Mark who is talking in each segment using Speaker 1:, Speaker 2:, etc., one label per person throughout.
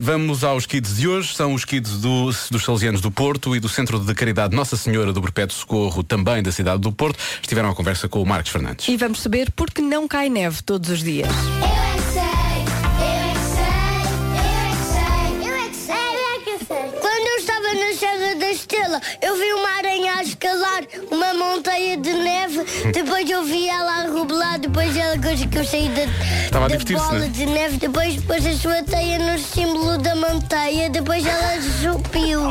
Speaker 1: Vamos aos kids de hoje. São os kids do- dos Salesianos do Porto e do Centro de Caridade Nossa Senhora do Perpétuo Socorro, também da cidade do Porto. Estiveram a conversa com o Marcos Fernandes.
Speaker 2: E vamos saber porque não cai neve todos os dias.
Speaker 3: Eu é que sei, eu é que sei, eu é que sei, eu é que sei, eu é que sei. Quando eu estava na Serra da Estrela, eu vi uma aranha a escalar uma montanha de neve,
Speaker 1: Hum.
Speaker 3: depois eu vi ela a rubelar, depois ela coisa que eu saí da,
Speaker 1: Estava a
Speaker 3: da
Speaker 1: divertir-se,
Speaker 3: bola
Speaker 1: né?
Speaker 3: de neve, depois pôs a sua teia no símbolo da manteia, depois ela subiu.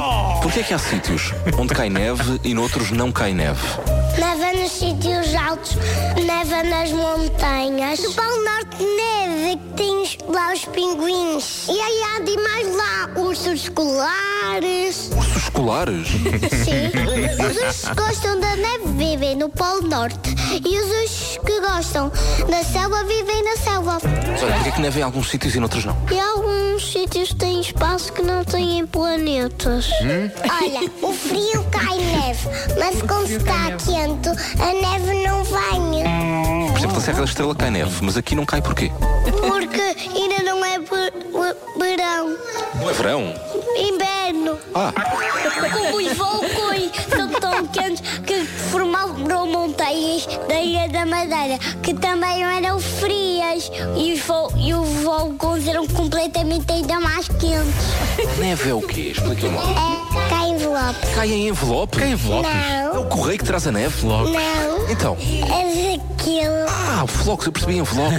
Speaker 4: Porquê é que há sítios onde cai neve e noutros não cai neve?
Speaker 3: Neva nos sítios altos, neva nas montanhas. No Polo Norte neve, que tem lá os pinguins. E aí há demais lá ursos escolares.
Speaker 4: Cursos escolares?
Speaker 3: Sim. os ursos que gostam da neve vivem no Polo Norte. E os ursos que gostam da selva vivem na selva.
Speaker 4: Mas olha, porquê é que neve em alguns sítios e noutros não?
Speaker 3: E alguns sítios têm espaço que não têm planetas. Olha, o frio cai neve, mas quando está quente, a neve não vem.
Speaker 4: Por exemplo, na Serra da Estrela cai neve, mas aqui não cai porquê?
Speaker 3: Porque ainda não é ver- ver- verão.
Speaker 4: Não é verão?
Speaker 3: Inverno.
Speaker 4: Ah,
Speaker 3: Como os vulcões são tão quentes que formaram montanhas da Ilha da Madeira, que também eram frias. E os, vol e os vulcões eram completamente ainda mais quentes.
Speaker 4: neve é o quê? Explica-me lá.
Speaker 3: É, cai envelope.
Speaker 4: Cai em envelope? Cai em envelope? É
Speaker 3: Não,
Speaker 4: o correio que traz a neve? Logo.
Speaker 3: não.
Speaker 4: Então,
Speaker 3: É daquilo.
Speaker 4: ah, flocos, eu percebi envelope.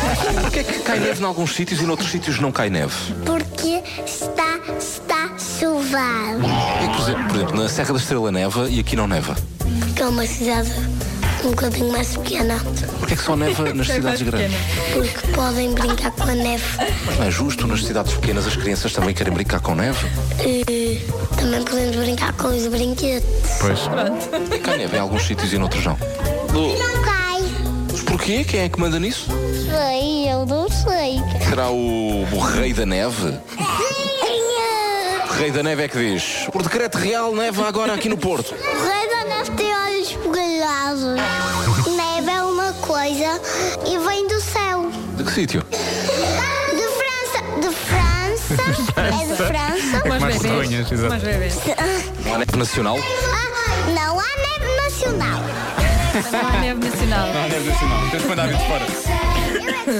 Speaker 4: Porquê é que cai neve em alguns sítios e noutros sítios não cai neve?
Speaker 3: Porque está, está chuvado.
Speaker 4: Porquê é que, por exemplo, por exemplo, na Serra da Estrela neva e aqui não neva?
Speaker 3: Porque é uma cidade um bocadinho mais pequena.
Speaker 4: Porquê é que só neva nas cidades grandes?
Speaker 1: É
Speaker 3: Porque podem brincar com a neve.
Speaker 4: Mas não é justo, nas cidades pequenas as crianças também querem brincar com neve?
Speaker 3: Eh, também podemos brincar com os brinquedos.
Speaker 1: Pois.
Speaker 4: Cai neve em alguns sítios e noutros não.
Speaker 3: Não cai.
Speaker 4: Mas porquê? Quem é que manda nisso?
Speaker 3: Sei, eu não sei.
Speaker 4: Será o, o rei da neve?
Speaker 3: Sim.
Speaker 4: O rei da neve é que diz: Por decreto real, neva agora aqui no
Speaker 3: O
Speaker 4: Porto.
Speaker 3: rei da neve tem olhos bugalhados. Neve é uma coisa e vem do céu.
Speaker 4: De que sítio?
Speaker 3: De França. De França. É de França.
Speaker 1: Mais vergonhas, exato.
Speaker 4: Não há neve nacional?
Speaker 3: Ah, não há neve nacional.
Speaker 1: Ah, Tens mandado de fora.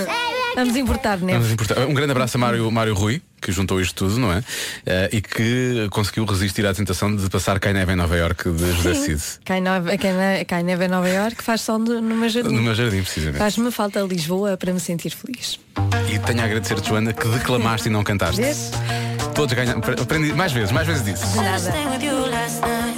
Speaker 3: é
Speaker 2: Vamos importar neve.
Speaker 1: Mas importa- Um grande abraço a Mário, Mário Rui, que juntou isto tudo, não é? Eh, e que conseguiu resistir à tentação de passar Cai Neve em Nova Iorque de José Cid.
Speaker 2: Cai neve, cai neve, cai neve em Nova Iorque, faz sol no, no meu
Speaker 1: No
Speaker 2: jardim.
Speaker 1: meu jardim, precisamente.
Speaker 2: Faz-me falta Lisboa para me sentir feliz.
Speaker 1: E tenho a agradecer-te, Joana, que declamaste e não cantaste.
Speaker 2: Vês?
Speaker 1: Todos ganham. Aprendi mais vezes, mais vezes disso.
Speaker 2: Nada.
Speaker 5: stay with you last night.